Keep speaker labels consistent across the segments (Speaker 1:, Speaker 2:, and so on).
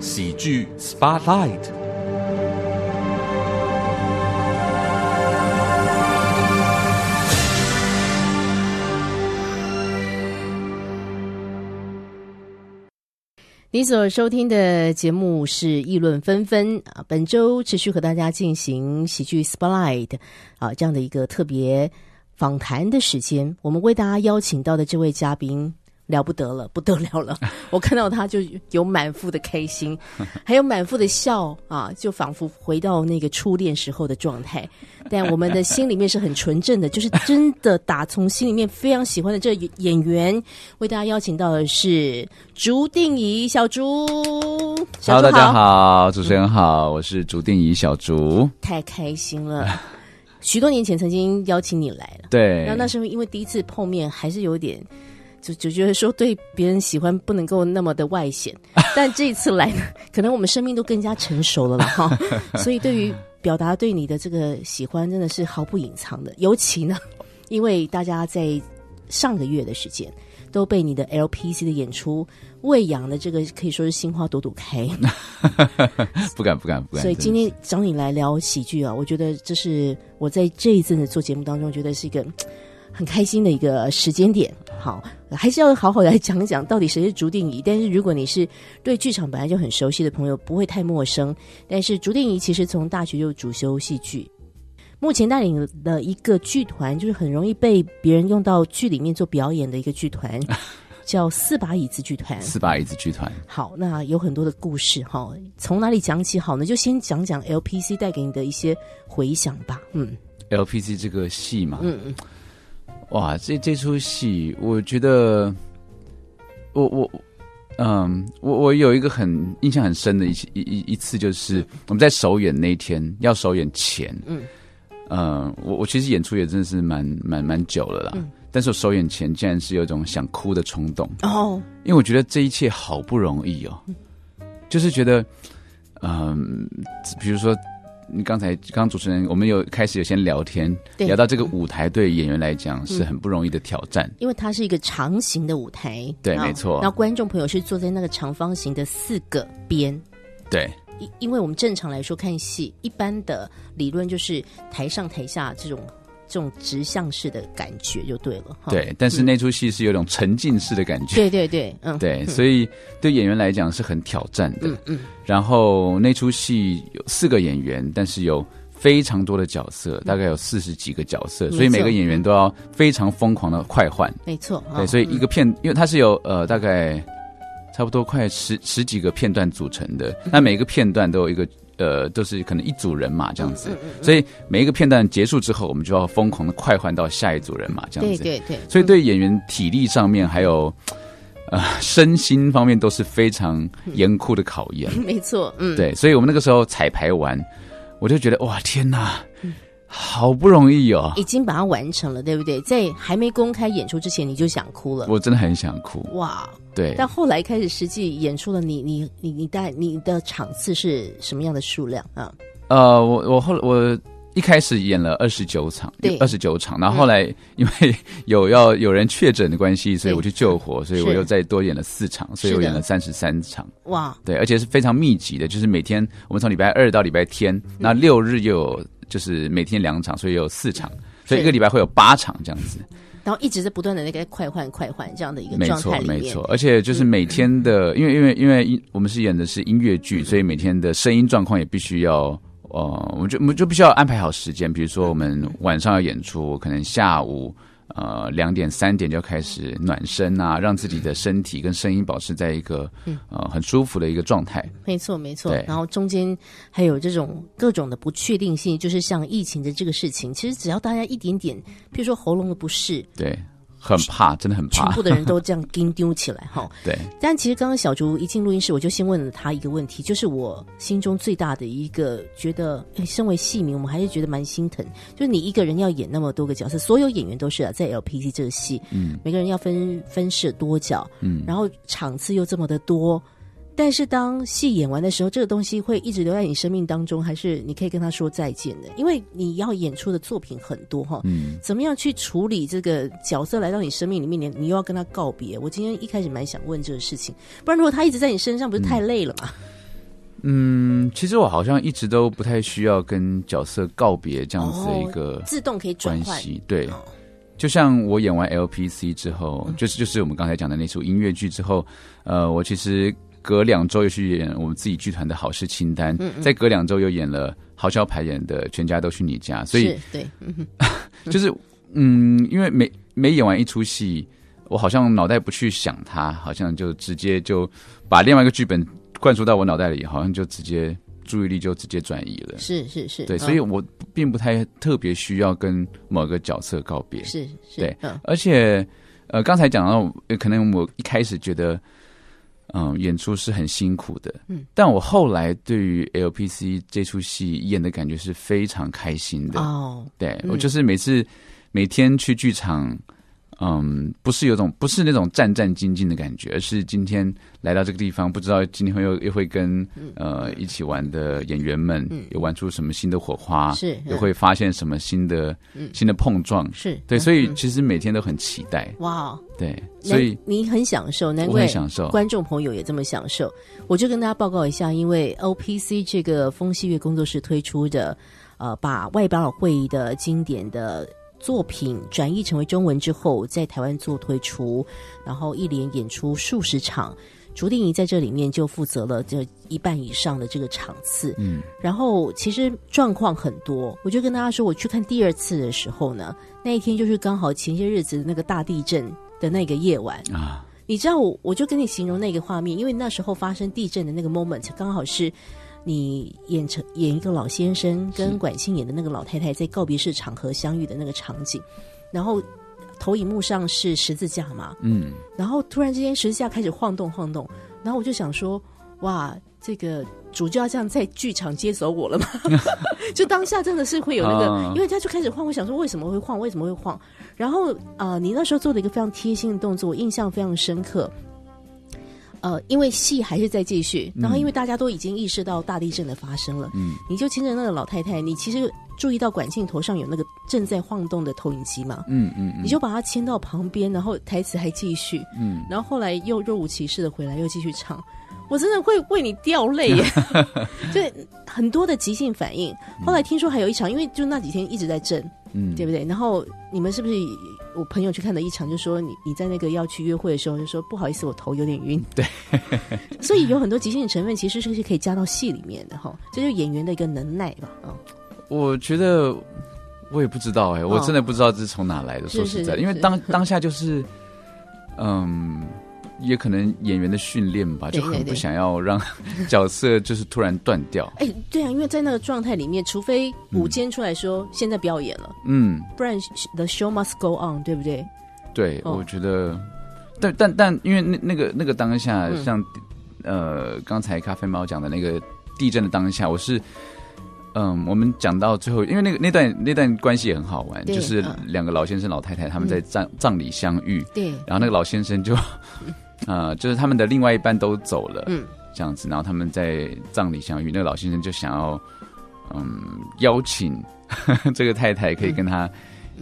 Speaker 1: 喜剧 Spotlight。
Speaker 2: 你所收听的节目是《议论纷纷》啊，本周持续和大家进行喜剧 Spotlight 啊这样的一个特别访谈的时间。我们为大家邀请到的这位嘉宾了不得了，不得了了！我看到他就有满腹的开心，还有满腹的笑啊，就仿佛回到那个初恋时候的状态。但我们的心里面是很纯正的，就是真的打从心里面非常喜欢的这演员，为大家邀请到的是竹定仪小竹。小
Speaker 3: Hello，大
Speaker 2: 竹
Speaker 3: 家好，主持人好，我是竹定仪小竹。
Speaker 2: 太开心了。许多年前曾经邀请你来了，
Speaker 3: 对
Speaker 2: 然后，那时候因为第一次碰面，还是有点就就觉得说对别人喜欢不能够那么的外显，但这一次来呢，可能我们生命都更加成熟了了哈，所以对于表达对你的这个喜欢真的是毫不隐藏的，尤其呢，因为大家在上个月的时间。都被你的 LPC 的演出喂养的这个可以说是心花朵朵开，
Speaker 3: 不敢不敢不敢。
Speaker 2: 所
Speaker 3: 真
Speaker 2: 以
Speaker 3: 的
Speaker 2: 今天找你来聊喜剧啊，我觉得这是我在这一阵子做节目当中，觉得是一个很开心的一个时间点。好，还是要好好来讲讲到底谁是竹定仪。但是如果你是对剧场本来就很熟悉的朋友，不会太陌生。但是竹定仪其实从大学就主修戏剧，目前带领了一个剧团，就是很容易被别人用到剧里面做表演的一个剧团， 叫四把椅子剧团。
Speaker 3: 四把椅子剧团，
Speaker 2: 好，那有很多的故事哈，从哪里讲起好呢？就先讲讲 LPC 带给你的一些回想吧。嗯
Speaker 3: LPG 这个戏嘛，
Speaker 2: 嗯嗯，
Speaker 3: 哇，这这出戏，我觉得，我我，嗯，我我有一个很印象很深的一次一一一次，就是我们在首演那一天要首演前，
Speaker 2: 嗯
Speaker 3: 嗯，呃，我我其实演出也真的是蛮蛮蛮久了
Speaker 2: 嗯
Speaker 3: 啦，但是我首演前竟然是有一种想哭的冲动，
Speaker 2: 哦，
Speaker 3: 因为我觉得这一切好不容易哦，
Speaker 2: 嗯
Speaker 3: 就是觉得，嗯、比如说你刚才刚刚主持人，我们有开始有先聊天，
Speaker 2: 对嗯
Speaker 3: 聊到这个舞台对演员来讲是很不容易的挑战，
Speaker 2: 因为它是一个长形的舞台，
Speaker 3: 对
Speaker 2: 啊
Speaker 3: 没错
Speaker 2: 然后观众朋友是坐在那个长方形的四个边。
Speaker 3: 对
Speaker 2: 因因为我们正常来说看戏，一般的理论就是台上台下这种这种直向式的感觉就对了哈。
Speaker 3: 对，但是那出戏是有种沉浸式的感觉，
Speaker 2: 嗯对对对，嗯，
Speaker 3: 对，所以对演员来讲是很挑战的。
Speaker 2: 嗯嗯，
Speaker 3: 然后那出戏有四个演员，但是有非常多的角色，大概有四十几个角色，
Speaker 2: 错
Speaker 3: 所以每个演员都要非常疯狂的快换。
Speaker 2: 没错。啊
Speaker 3: 对，所以一个片，因为它是有呃大概差不多快十十几个片段组成的，
Speaker 2: 嗯
Speaker 3: 那每个片段都有一个呃都是可能一组人马这样
Speaker 2: 嗯
Speaker 3: 子，所以每一个片段结束之后，我们就要疯狂的快换到下一组人马这样
Speaker 2: 对
Speaker 3: 子。
Speaker 2: 对对，
Speaker 3: 所以对演员体力上面还有
Speaker 2: 嗯
Speaker 3: 呃 身心方面都是非常严酷的考验。
Speaker 2: 嗯没错，嗯，
Speaker 3: 对，所以我们那个时候彩排完，我就觉得哇天哪，
Speaker 2: 嗯
Speaker 3: 好不容易哦，
Speaker 2: 已经把它完成了，对不对？在还没公开演出之前，你就想哭了。
Speaker 3: 我真的很想哭。
Speaker 2: 哇！
Speaker 3: 对，
Speaker 2: 但后来开始实际演出了你，你你你大你的场次是什么样的数量啊？
Speaker 3: 呃，我我后我一开始演了二十九场，
Speaker 2: 对嗯
Speaker 3: 二十九场，然后后来因为 有要有人确诊的关系，所以
Speaker 2: 对
Speaker 3: 我去救火，所以
Speaker 2: 是
Speaker 3: 我又再多演了四场，所以
Speaker 2: 是的
Speaker 3: 我演了三十三场，
Speaker 2: 哇！
Speaker 3: 对，而且是非常密集的，就是每天我们从礼拜二到礼拜天，那
Speaker 2: 嗯
Speaker 3: 六日又有就是每天两场，所以有四场，所以一个礼拜会有八场这样子，
Speaker 2: 然后一直在不断的那个快换快换这样的一个
Speaker 3: 没
Speaker 2: 状
Speaker 3: 错
Speaker 2: 态里
Speaker 3: 没
Speaker 2: 面，嗯
Speaker 3: 错，而且就是每天的，因为因为因为音我们是演的是音乐剧，所以每天的声音状况也必须要。呃，我们就我们就必须要安排好时间，比如说我们晚上要演出，可能下午呃两点三点就要开始暖身啊，让自己的身体跟声音保持在一个
Speaker 2: 嗯
Speaker 3: 呃很舒服的一个状态。
Speaker 2: 没错没错
Speaker 3: 对。
Speaker 2: 然后中间还有这种各种的不确定性，就是像疫情的这个事情，其实只要大家一点点，譬如说喉咙的不适，
Speaker 3: 对，很怕，真的很
Speaker 2: 全
Speaker 3: 怕
Speaker 2: 部。的人都这样叮丢起来哈。
Speaker 3: 对，
Speaker 2: 但其实刚刚小竹一进录音室，我就先问了他一个问题，就是我心中最大的一个觉得，哎身为戏迷，我们还是觉得蛮心疼。就是你一个人要演那么多个角色，所有演员都是啊，在 LPG 这个戏，嗯，每个人要分分饰多角，嗯，然后场次又这么的多。但是当戏演完的时候，这个东西会一直留在你生命当中，还是你可以跟他说再见的？因为你要演出的作品很多哈，
Speaker 3: 嗯，
Speaker 2: 怎么样去处理这个角色来到你生命里面，你你又要跟他告别？我今天一开始蛮想问这个事情，不然如果他一直在你身上，不是太累了吗？
Speaker 3: 嗯，其实我好像一直都不太需要跟角色告别这样子的一个
Speaker 2: 自动可以哦转
Speaker 3: 关
Speaker 2: 换。哦
Speaker 3: 系，对。就像我演完 LPC 之后，
Speaker 2: 嗯
Speaker 3: 就是就是我们刚才讲的那出音乐剧之后，呃，我其实隔两周又去演我们自己剧团的好事清单，
Speaker 2: 嗯
Speaker 3: 再隔两周又演了豪潇排演的《全家都去你家》，所以
Speaker 2: 是对，嗯哼
Speaker 3: 就是嗯，因为每每演完一出戏，我好像脑袋不去想它，好像就直接就把另外一个剧本灌输到我脑袋里，好像就直接注意力就直接转移了。
Speaker 2: 是是是，
Speaker 3: 对，
Speaker 2: 嗯
Speaker 3: 所以我并不太特别需要跟某个角色告别。
Speaker 2: 是是，
Speaker 3: 对
Speaker 2: 嗯
Speaker 3: 而且，呃，刚才讲到，呃可能我一开始觉得，嗯、演出是很辛苦的，嗯，但我后来对于 LPC 这出戏演的感觉是非常开心的，
Speaker 2: 哦，
Speaker 3: 对、
Speaker 2: 嗯
Speaker 3: 我就是每次每天去剧场。嗯，不是有种不是那种战战兢兢的感觉，而是今天来到这个地方，不知道今天会又又会跟
Speaker 2: 嗯
Speaker 3: 呃一起玩的演员们有玩出什么新的火花，
Speaker 2: 是
Speaker 3: 又啊
Speaker 2: 嗯
Speaker 3: 会发现什么新的新的碰撞，
Speaker 2: 是
Speaker 3: 对，
Speaker 2: 嗯
Speaker 3: 所以
Speaker 2: 嗯
Speaker 3: 其实每天都很期待，
Speaker 2: 哇，
Speaker 3: 对，
Speaker 2: 难
Speaker 3: 所以
Speaker 2: 你很享受，难
Speaker 3: 我
Speaker 2: 怪
Speaker 3: 很享受。
Speaker 2: 观众朋友也这么享受。我就跟大家报告一下，因为 OPC 这个风戏乐工作室推出的，呃，把外百老汇的经典的。作品转译成为中文之后，在台湾做推出，然后一连演出数十场。竹定仪在这里面就负责了这一半以上的这个场次，嗯，然后其实状况很多。我就跟大家说，我去看第二次的时候呢，那一天就是刚好前些日子的那个大地震的那个夜晚，
Speaker 3: 啊，
Speaker 2: 你知道我，我就跟你形容那个画面，因为那时候发生地震的那个 moment，刚好是你演成演一个老先生跟管信演的那个老太太在告别式场合相遇的那个场景，然后投影幕上是十字架嘛，
Speaker 3: 嗯，
Speaker 2: 然后突然之间十字架开始晃动晃动，然后我就想说，哇，这个主就要这样在剧场接手我 了吗？就当下真的是会有那个，
Speaker 3: 啊
Speaker 2: 因为他就开始晃，我想说为什么会晃，为什么会晃？然后呃，你那时候做了一个非常贴心的动作，我印象非常深刻。呃，因为戏还是在继续，
Speaker 3: 嗯
Speaker 2: 然后因为大家都已经意识到大地震的发生了，嗯，你就牵着那个老太太，你其实注意到管镜头上有那个正在晃动的投影机嘛，
Speaker 3: 嗯嗯嗯，
Speaker 2: 你就把它牵到旁边，然后台词还继续，嗯，然后后来又若无其事的回来，又继续唱，我真的会为你掉泪耶，就很多的即兴反应。后来听说还有一场，因为就那几天一直在震，
Speaker 3: 嗯
Speaker 2: 对不对？然后你们是不是我朋友去看的一场，就说你你在那个要去约会的时候，就说不好意思，我头有点晕，对， 所以有很多即兴的成分其实是是可以加到戏里面的哈，这就是演员的一个能耐吧，嗯，
Speaker 3: 我觉得我也不知道哎、我真的不知道这是从哪来的。
Speaker 2: 哦是
Speaker 3: 说实在的，
Speaker 2: 是
Speaker 3: 因为
Speaker 2: 是
Speaker 3: 当当下就是，嗯，也可能演员的训练吧，
Speaker 2: 对
Speaker 3: 就很
Speaker 2: 对
Speaker 3: 不
Speaker 2: 对
Speaker 3: 想要让 角色就是突然断掉。
Speaker 2: 哎，对啊，因为在那个状态里面，除非午间出来说、现在不要演了，
Speaker 3: 嗯，
Speaker 2: 不然 the show must go on，对不对？
Speaker 3: 对，
Speaker 2: 哦
Speaker 3: 我觉得，但但但因为那那个那个当下，
Speaker 2: 嗯
Speaker 3: 像呃刚才咖啡猫讲的那个地震的当下，我是。嗯，我们讲到最后，因为那个那段那段关系也很好玩，
Speaker 2: 对
Speaker 3: 就是
Speaker 2: 嗯
Speaker 3: 两个老先生、老太太他们在葬、葬礼相遇，
Speaker 2: 对，
Speaker 3: 然后那个老先 生就，呃，就是他们的另外一半都走了，
Speaker 2: 嗯，
Speaker 3: 这样子，然后他们在葬礼相遇，那个老先生就想要，嗯，邀请 这个太太可
Speaker 2: 嗯
Speaker 3: 以跟他，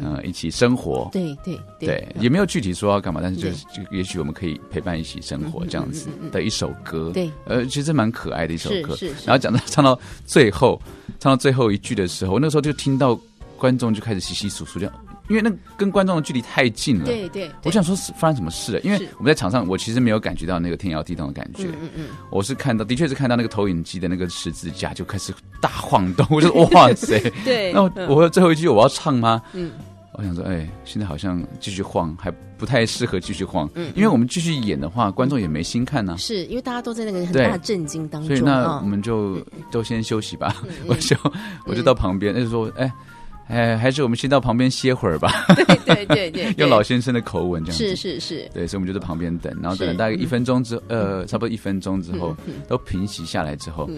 Speaker 3: 呃，一起生活，
Speaker 2: 对对嗯
Speaker 3: 也没有具体说要干嘛，但是就是就也许我们可以陪伴一起生活这样
Speaker 2: 嗯
Speaker 3: 子的一首歌，
Speaker 2: 对，
Speaker 3: 呃，其实蛮可爱的一首
Speaker 2: 是
Speaker 3: 歌。
Speaker 2: 是是
Speaker 3: 然后讲到唱到最后，唱到最后一句的时候，我那时候就听到观众就开始稀稀疏疏，就因为那跟观众的距离太近了，
Speaker 2: 对对，
Speaker 3: 我想说是发生什么事了，因为
Speaker 2: 是
Speaker 3: 我们在场上，我其实没有感觉到那个天摇地动的感觉，
Speaker 2: 嗯嗯，
Speaker 3: 我是看到，的确是看到那个投影机的那个十字架就开始大晃动，我就 说哇塞，
Speaker 2: 对，
Speaker 3: 那我
Speaker 2: 嗯
Speaker 3: 我最后一句我要唱吗？
Speaker 2: 嗯
Speaker 3: 我想说，哎，现在好像继续晃还不太适合继续晃，因为我们继续演的话，观众也没心看呐、
Speaker 2: 是因为大家都在那个很
Speaker 3: 啊对
Speaker 2: 大震惊当
Speaker 3: 所以
Speaker 2: 中
Speaker 3: 那我
Speaker 2: 啊，
Speaker 3: 们就都先休息吧， 我就我就到旁边，那就说，哎。哎，还是我们先到旁边歇会儿吧，
Speaker 2: 对对对对，对
Speaker 3: 用老先生的口吻这样子。
Speaker 2: 是是是，
Speaker 3: 对，所以我们就在旁边等，然后等了
Speaker 2: 是嗯
Speaker 3: 大概一分钟之后，呃，差不多一分钟之后，都平息下来之后，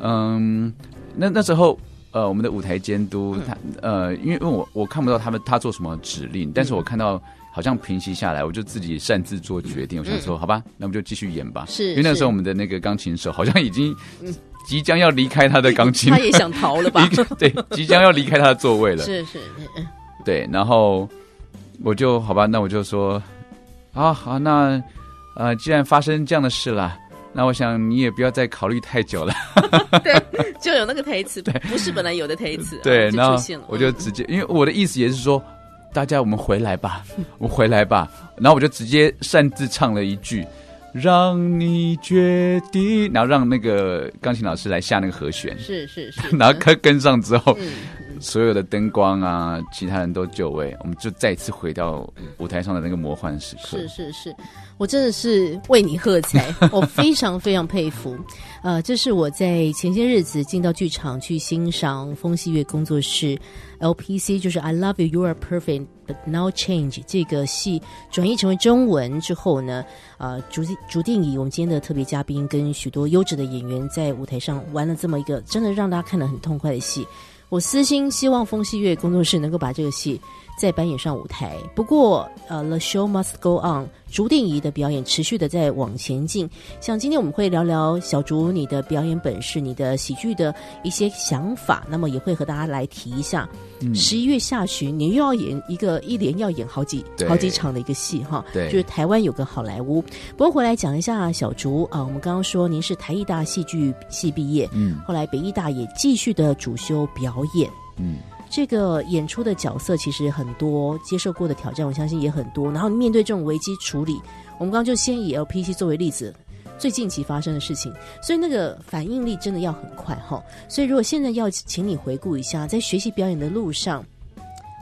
Speaker 3: 嗯，那那时候。呃，我们的舞台监督
Speaker 2: 嗯
Speaker 3: 他呃，因为因为我我看不到他们他做什么指令，
Speaker 2: 嗯
Speaker 3: 但是我看到好像平息下来，我就自己擅自做决定。我想说，好吧，那我们就继续演吧。
Speaker 2: 嗯是
Speaker 3: 因为那
Speaker 2: 是嗯
Speaker 3: 时候我们的那个钢琴手好像已经即将要离开他的钢琴
Speaker 2: 他，也 想逃 了吧？
Speaker 3: 对，即将要离开他的座位了。
Speaker 2: 是是，嗯嗯
Speaker 3: 对，然后我就好吧，那我就说，啊好，那呃，既然发生这样的事了，那我想你也不要再考虑太久
Speaker 2: 啊
Speaker 3: 了。
Speaker 2: 对，就有那个台词，不是本来有的台词，啊
Speaker 3: 对，
Speaker 2: 就
Speaker 3: 然
Speaker 2: 出
Speaker 3: 后
Speaker 2: 现了。嗯
Speaker 3: 我就直接，因为我的意思也是说，大家我们回来吧，我们回来吧。然后我就直接擅自唱了一句。让你决定，然后让那个钢琴老师来下那个和弦，
Speaker 2: 是是嗯是，
Speaker 3: 然后跟跟上之后，
Speaker 2: 嗯
Speaker 3: 所有的灯光啊，其他人都就位，我们就再次回到舞台上的那个魔幻时刻。
Speaker 2: 是是是，我真的是为你喝彩，我非常非常佩服。呃，这是我在前些日子进到剧场去欣赏风细月工作室 LPC，就是 I Love You, You Are Perfect But Now Change 这个戏转译成为中文之后呢，呃，竹竹定仪我们今天的特别嘉宾跟许多优质的演员在舞台上玩了这么一个真的让大家看得很痛快的戏。我私心希望风细月工作室能够把这个戏再扮演上舞台。不过，呃，The Show Must Go On，竹定仪的表演持续的在往前进。像今天我们会聊聊小竹你的表演本事，你的喜剧的一些想法，那么也会和大家来提一下。十一、月下旬，你又要演一个一连要演好几
Speaker 3: 对
Speaker 2: 好几场的一个戏哈，
Speaker 3: 对
Speaker 2: 就是台湾有个好莱坞。不过回来讲一下小竹啊，我们刚刚说您是台艺大戏剧系毕业，
Speaker 3: 嗯
Speaker 2: 后来北艺大也继续的主修表演。
Speaker 3: 嗯，
Speaker 2: 这个演出的角色其实很多，接受过的挑战我相信也很多。然后面对这种危机处理，我们刚刚就先以 LPC 作为例子，最近期发生的事情，所以那个反应力真的要很快哈。所以如果现在要请你回顾一下，在学习表演的路上，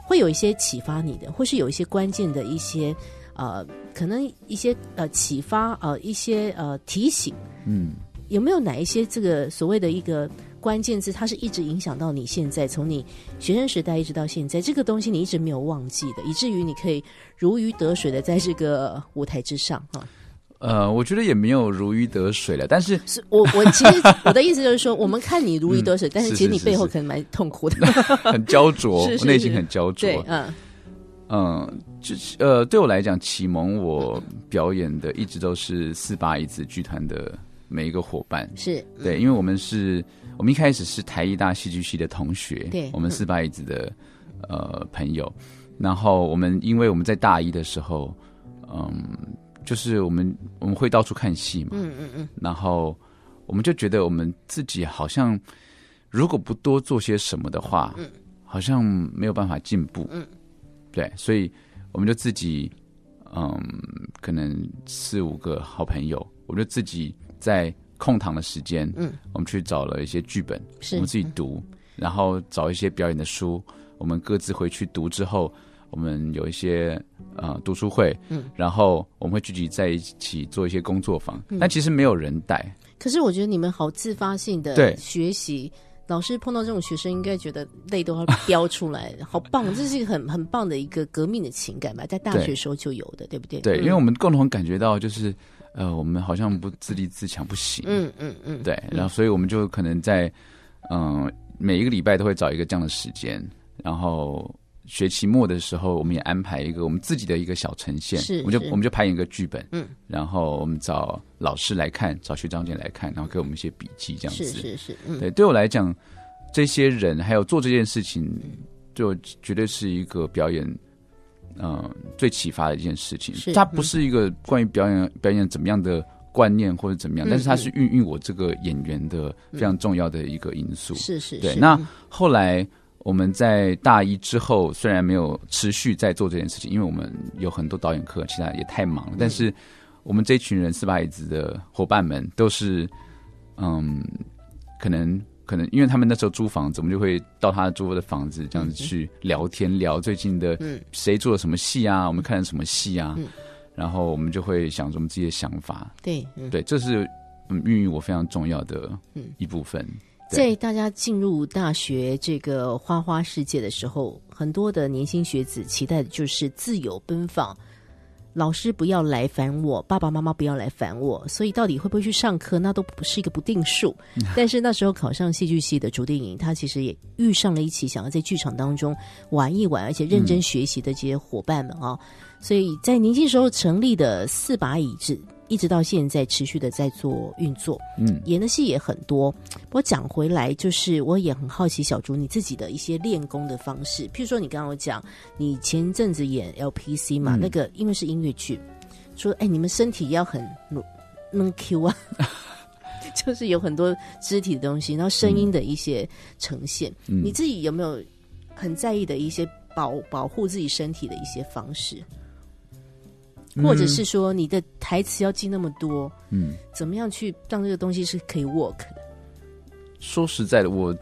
Speaker 2: 会有一些启发你的，或是有一些关键的一些呃，可能一些呃启发呃一些呃提醒，
Speaker 3: 嗯，
Speaker 2: 有没有哪一些这个所谓的一个关键字，它是一直影响到你现在，从你学生时代一直到现在，这个东西你一直没有忘记的，以至于你可以如鱼得水的在这 个舞台之上啊哈。
Speaker 3: 呃，我觉得也没有如鱼得水了，但 是
Speaker 2: 是我我其实我的意思就是说，我们看你如鱼得水，但
Speaker 3: 嗯
Speaker 2: 是
Speaker 3: 是
Speaker 2: 其实
Speaker 3: 是
Speaker 2: 你
Speaker 3: 是
Speaker 2: 背后
Speaker 3: 是
Speaker 2: 可能蛮痛苦的。
Speaker 3: 很焦灼，
Speaker 2: 是是
Speaker 3: 我内心
Speaker 2: 是
Speaker 3: 很焦灼。
Speaker 2: 对，嗯，
Speaker 3: 嗯，就是呃，对我来讲，启蒙我表演的一直都是四八一子剧团的每一个伙伴。
Speaker 2: 是
Speaker 3: 对，因为我们是，我们一开始是台艺大戏剧系的同学，
Speaker 2: 对嗯
Speaker 3: 我们四八一子的呃朋友。然后我们因为我们在大一的时候，嗯，就是我们我们会到处看戏嘛，
Speaker 2: 嗯嗯嗯，
Speaker 3: 然后我们就觉得我们自己好像如果不多做些什么的话，好像没有办法进步，
Speaker 2: 嗯
Speaker 3: 对，所以我们就自己，嗯，可能四五个好朋友，我们就自己在空堂的时间，
Speaker 2: 嗯，
Speaker 3: 我们去找了一些剧本，
Speaker 2: 是嗯
Speaker 3: 我们自己读，然后找一些表演的书，我们各自回去读之后。我们有一些呃读书会，
Speaker 2: 嗯，
Speaker 3: 然后我们会聚集在一起做一些工作坊，
Speaker 2: 嗯
Speaker 3: 但其实没有人带，
Speaker 2: 可是我觉得你们好自发性的
Speaker 3: 对
Speaker 2: 学习。老师碰到这种学生，应该觉得泪都要飙出 来，好棒！这是一个很很棒的一个革命的情感吧，在大
Speaker 3: 对
Speaker 2: 学时候就有的，对不对？
Speaker 3: 对，
Speaker 2: 嗯
Speaker 3: 因为我们共同感觉到就是，呃，我们好像不自立自强不行，
Speaker 2: 嗯嗯嗯，
Speaker 3: 对，然后所以我们就可能在，嗯、每一个礼拜都会找一个这样的时间，然后学期末的时候，我们也安排一个我们自己的一个小呈现，
Speaker 2: 是
Speaker 3: 我们就是我们就排演一个剧本，
Speaker 2: 嗯，
Speaker 3: 然后我们找老师来看，找学长姐来看，然后给我们一些笔记这样子，
Speaker 2: 是是是，嗯，
Speaker 3: 对，对我来讲，这些人还有做这件事情，对我绝对是一个表演，嗯、最启发的一件事情
Speaker 2: 是。嗯
Speaker 3: 它不是一个关于表演表演怎么样的观念或者怎么样，
Speaker 2: 嗯
Speaker 3: 但是它是孕育我这个演员的非常重要的一个因素。
Speaker 2: 是是
Speaker 3: 对
Speaker 2: 是。
Speaker 3: 那
Speaker 2: 嗯
Speaker 3: 后来我们在大一之后，虽然没有持续在做这件事情，因为我们有很多导演课，其他也太
Speaker 2: 嗯
Speaker 3: 忙了。但是我们这群人四把椅子的伙伴们都是，嗯，可能可能因为他们那时候租房子，我们就会到他租的房子这样子去聊天，聊最近的
Speaker 2: 嗯
Speaker 3: 谁做了什么戏啊，我们看了什么戏啊
Speaker 2: 嗯，
Speaker 3: 然后我们就会想着我们自己的想法。
Speaker 2: 对，嗯，
Speaker 3: 对，这是嗯孕育我非常重要的
Speaker 2: 嗯
Speaker 3: 一部分。
Speaker 2: 在大家进入大学这个花花世界的时候，很多的年轻学子期待的就是自由奔放，老师不要来烦我，爸爸妈妈不要来烦我，所以到底会不会去上课，那都不是一个不定数。但是那时候考上戏剧系的朱定颖，他其实也遇上了一起想要在剧场当中玩一玩，而且认真学习的这些伙伴们啊、所以在年轻时候成立的四把椅子，一直到现在持续的在做运作，
Speaker 3: 嗯，
Speaker 2: 演的戏也很多。不过讲回来，就是我也很好奇小朱你自己的一些练功的方式，譬如说你刚刚有讲，你前阵子演 LPC 嘛，
Speaker 3: 嗯
Speaker 2: 那个因为是音乐剧，说哎你们身体要很努能 Q 啊， 就是有很多肢体的东西，然后声音的一些呈现。
Speaker 3: 嗯
Speaker 2: 你自己有没有很在意的一些保保护自己身体的一些方式，或者是说你的台词要记那么多，
Speaker 3: 嗯，
Speaker 2: 怎么样去让这个东西是可以 work 的？
Speaker 3: 说实在的，我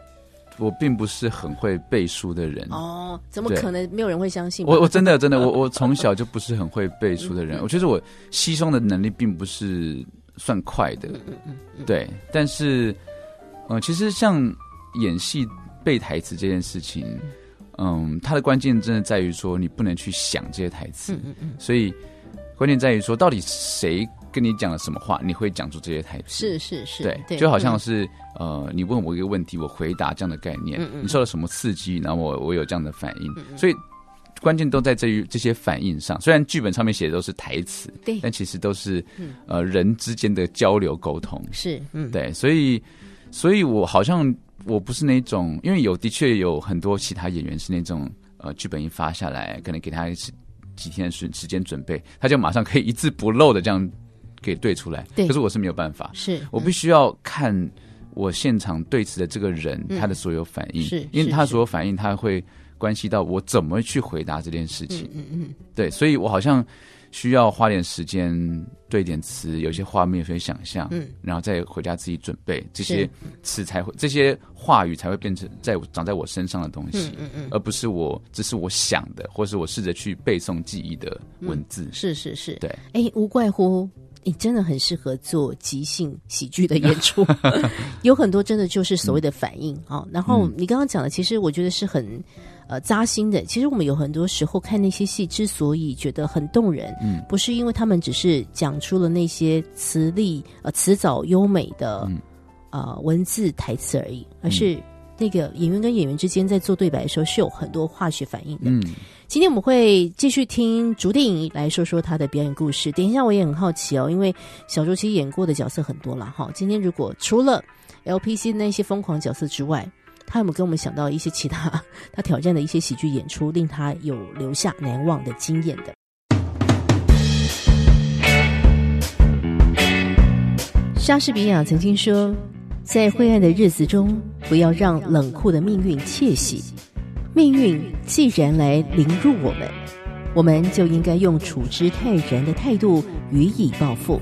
Speaker 3: 我并不是很会背书的人。
Speaker 2: 哦，怎么
Speaker 3: 对
Speaker 2: 可能没有人会嗯相信
Speaker 3: 嗯
Speaker 2: 吧？
Speaker 3: 我我真的真的 我我从小就不是很会背书的人，我觉得我吸收的能力并不是算快的，
Speaker 2: 嗯
Speaker 3: 对。但是，呃，其实像演戏背台词这件事情，嗯，它的关键真的在于说你不能去想这些台
Speaker 2: 嗯
Speaker 3: 词，所以关键在于说到底谁跟你讲了什么话，你会讲出这些台词。
Speaker 2: 是是是，
Speaker 3: 对
Speaker 2: 对，，
Speaker 3: 就好像
Speaker 2: 嗯
Speaker 3: 是、呃，你问我一个问题，我回答这样的概念，
Speaker 2: 嗯
Speaker 3: 你受了什么刺激，然后我我有这样的反应，所以关键都在这于这些反应上。虽然剧本上面写的都是台词，
Speaker 2: 对
Speaker 3: 但其实都是、呃人之间的交流沟通。
Speaker 2: 是嗯，
Speaker 3: 对，所以所以我好像我不是那种，因为有的确有很多其他演员是那种呃剧本一发下来，可能给他几几天的时时间准备，他就马上可以一字不漏的这样给对出来。
Speaker 2: 对
Speaker 3: 可是我是没有办法。
Speaker 2: 是
Speaker 3: 我必须要看我现场对峙的这个人、
Speaker 2: 嗯
Speaker 3: 他的所有反应，
Speaker 2: 是
Speaker 3: 因为
Speaker 2: 是
Speaker 3: 他
Speaker 2: 是
Speaker 3: 所有反应，他会关系到我怎么去回答这件事情。
Speaker 2: 嗯嗯
Speaker 3: 对，所以我好像需要花点时间对点词，有些画面，有些想象，
Speaker 2: 嗯
Speaker 3: 然后再回家自己准备这
Speaker 2: 是
Speaker 3: 些词才会，这些话语才会变成在我长在我身上的东西，
Speaker 2: 嗯嗯，
Speaker 3: 而不是我只是我想的，或是我试着去背诵记忆的
Speaker 2: 嗯
Speaker 3: 文字。
Speaker 2: 是是是，
Speaker 3: 嗯对，
Speaker 2: 哎，无怪乎你真的很适合做即兴喜剧的演 出，有很多真的就是所谓的反应
Speaker 3: 嗯
Speaker 2: 啊、哦。然后你刚刚讲的，其实我觉得是很呃扎心的。其实我们有很多时候看那些戏，之所以觉得很动人，
Speaker 3: 嗯，
Speaker 2: 不是因为他们只是讲出了那些词力呃词藻优美的、
Speaker 3: 嗯
Speaker 2: 呃文字台词而已，而是。那个演员跟演员之间在做对白的时候是有很多化学反应的，
Speaker 3: 嗯，
Speaker 2: 今天我们会继续听竹电影来说说她的表演故事。等一下，我也很好奇哦，因为小周其实演过的角色很多啦。哈。今天如果除了 LPC 那些疯狂角色之外，她有没有跟我们想到一些其他她挑战的一些喜剧演出，令她有留下难忘的经验的？莎士比亚曾经说，在灰暗的日子中，不要让冷酷的命运窃喜。命运既然来凌辱我们，我们就应该用处之泰然的态度予以报复。